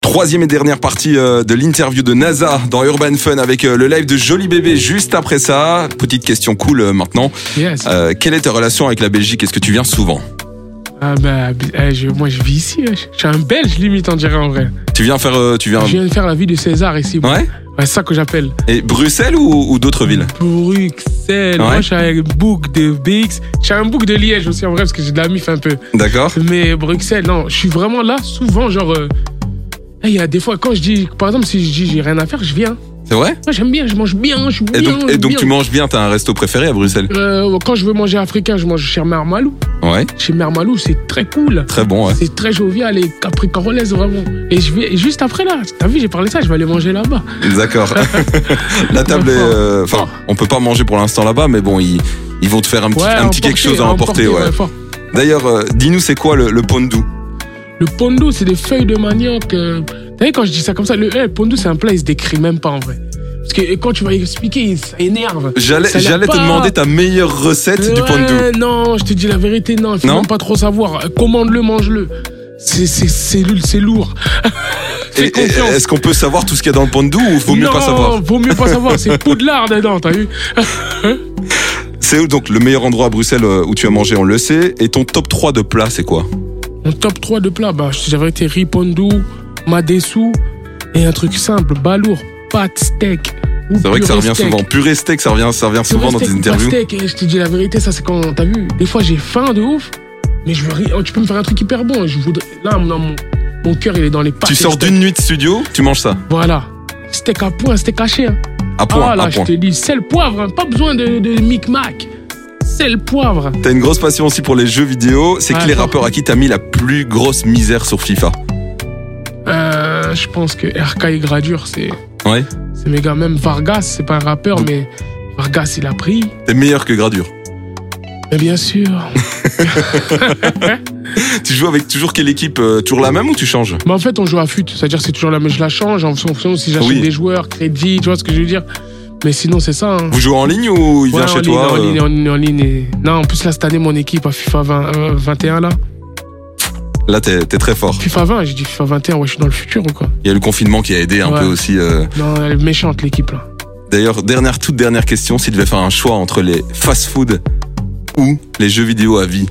Troisième et dernière partie euh, de l'interview de NASA dans Urban Fun avec euh, le live de Joli Bébé juste après ça. Petite question cool euh, maintenant. Yes. Euh, quelle est ta relation avec la Belgique Est-ce que tu viens souvent Ah bah, eh, je- moi je vis ici. ouais. Je suis un Belge limite, on dirait en vrai. Tu viens faire, euh, tu viens, Je viens de faire la vie de César ici. moi. ouais Ouais, c'est ça que j'appelle. Et Bruxelles ou, ou d'autres villes Bruxelles. Moi Ouais. je suis un bouc de Bix. Je suis un bouc de Liège aussi en vrai parce que j'ai de la mif un peu. D'accord. Mais Bruxelles, non, je suis vraiment là souvent. Genre, euh, eh, il y a des fois quand je dis, par exemple, si je dis j'ai rien à faire, je viens. C'est vrai Moi j'aime bien, je mange bien, je suis bien. Et donc, je et suis donc bien. tu manges bien T'as un resto préféré à Bruxelles Euh, quand je veux manger africain, je mange chez Mère Malou. Ouais. Chez Mère Malou, c'est très cool. Très bon. Ouais. C'est très jovial et capricorolaise vraiment. Et je vais et juste après là, t'as vu, j'ai parlé ça, je vais aller manger là-bas. D'accord. la table est. euh, Enfin, on peut pas manger pour l'instant là-bas, mais bon, ils, ils vont te faire un petit, Ouais, un petit quelque chose à emporter. ouais. fort. D'ailleurs, euh, dis-nous, c'est quoi le, le pondu Le pondo, c'est des feuilles de manioc. euh, T'as vu, quand je dis ça comme ça, le, eh, le pondo, c'est un plat, il se décrit même pas en vrai. Parce que quand tu vas expliquer, ça énerve. J'allais, Ça a l'air j'allais te pas- demander ta meilleure recette du pondu. Ouais, Non, je te dis la vérité, non, il faut Non même pas trop savoir. Euh, Commande-le, mange-le. C'est- C'est c'est lourd, c'est lourd. Et- Fais et- confiance. Est-ce qu'on peut savoir tout ce qu'il y a dans le pondu ou vaut mieux non, pas savoir vaut mieux pas savoir, c'est poudlard dedans, t'as vu C'est donc le meilleur endroit à Bruxelles euh, où tu as mangé, on le sait. Et ton top 3 de plats, c'est quoi Mon top 3 de plats, bah, j'avais été ripondu, madesu et un truc simple, balourd, pâte steak. ou C'est vrai que ça purée revient steak. souvent. Purée steak, ça revient, ça revient Purée souvent dans steak tes ou pâte interviews. steak, et je te dis la vérité, ça c'est quand t'as vu. Des fois j'ai faim de ouf, mais je veux rien. oh, tu peux me faire un truc hyper bon. Je voudrais... Là, mon, mon- mon cœur il est dans les pâtes. Tu et sors steak. d'une nuit de studio, tu manges ça. Voilà. Steak à point, steak haché. hein. À point, ah là, à point. je te dis, sel poivre, hein, pas besoin de, de micmac. Sel poivre. T'as une grosse passion aussi pour les jeux vidéo. C'est Ah, qui les attends. rappeurs à qui t'as mis la plus grosse misère sur FIFA Euh, je pense que RK et Gradure, c'est. Ouais. C'est méga. Même Vargas, c'est pas un rappeur, mais Vargas, il a pris. T'es meilleur que Gradure. Mais bien sûr. Tu joues avec toujours quelle équipe euh, Toujours la même ou tu changes mais en fait, on joue à fut. C'est-à-dire, c'est toujours la même. Je la change en fonction si j'achète Oui. des joueurs, crédit, tu vois ce que je veux dire. Mais sinon, c'est ça. hein. Vous jouez en ligne ou il vient Ouais, en chez ligne, toi en euh, ligne, en ligne, en ligne, et- Non, en plus, là, cette année, mon équipe à FIFA 20, euh, 21, là. Là, t'es t'es très fort. FIFA 20, j'ai dit FIFA 21, ouais, je suis dans le futur ou quoi Il y a le confinement qui a aidé un Ouais. peu aussi. euh. Non, elle est méchante l'équipe là. D'ailleurs, dernière, toute dernière question, s'il devait faire un choix entre les fast-food ou les jeux vidéo à vie.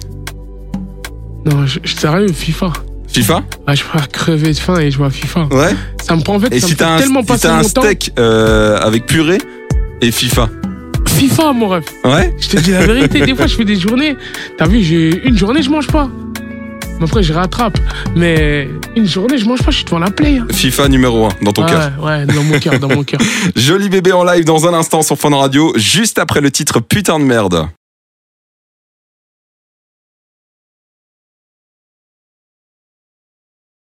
Non, je, je sérieux, FIFA. FIFA Ah, je préfère crever de faim et jouer à FIFA. Ouais. Ça me prend en fait, Et ça si me fait t'as un, tellement si passer t'as un mon steak euh, avec purée et FIFA temps. FIFA, mon ref. Ouais Je te dis la vérité, des fois je fais des journées. T'as vu, j'ai une journée, je mange pas. Mais après, je rattrape. Mais une journée, je mange pas, je suis devant la play. hein. FIFA numéro 1 dans ton Ah cœur. ouais, ouais, dans mon cœur, dans mon cœur. Joli bébé en live dans un instant sur Fun Radio, juste après le titre Putain de merde.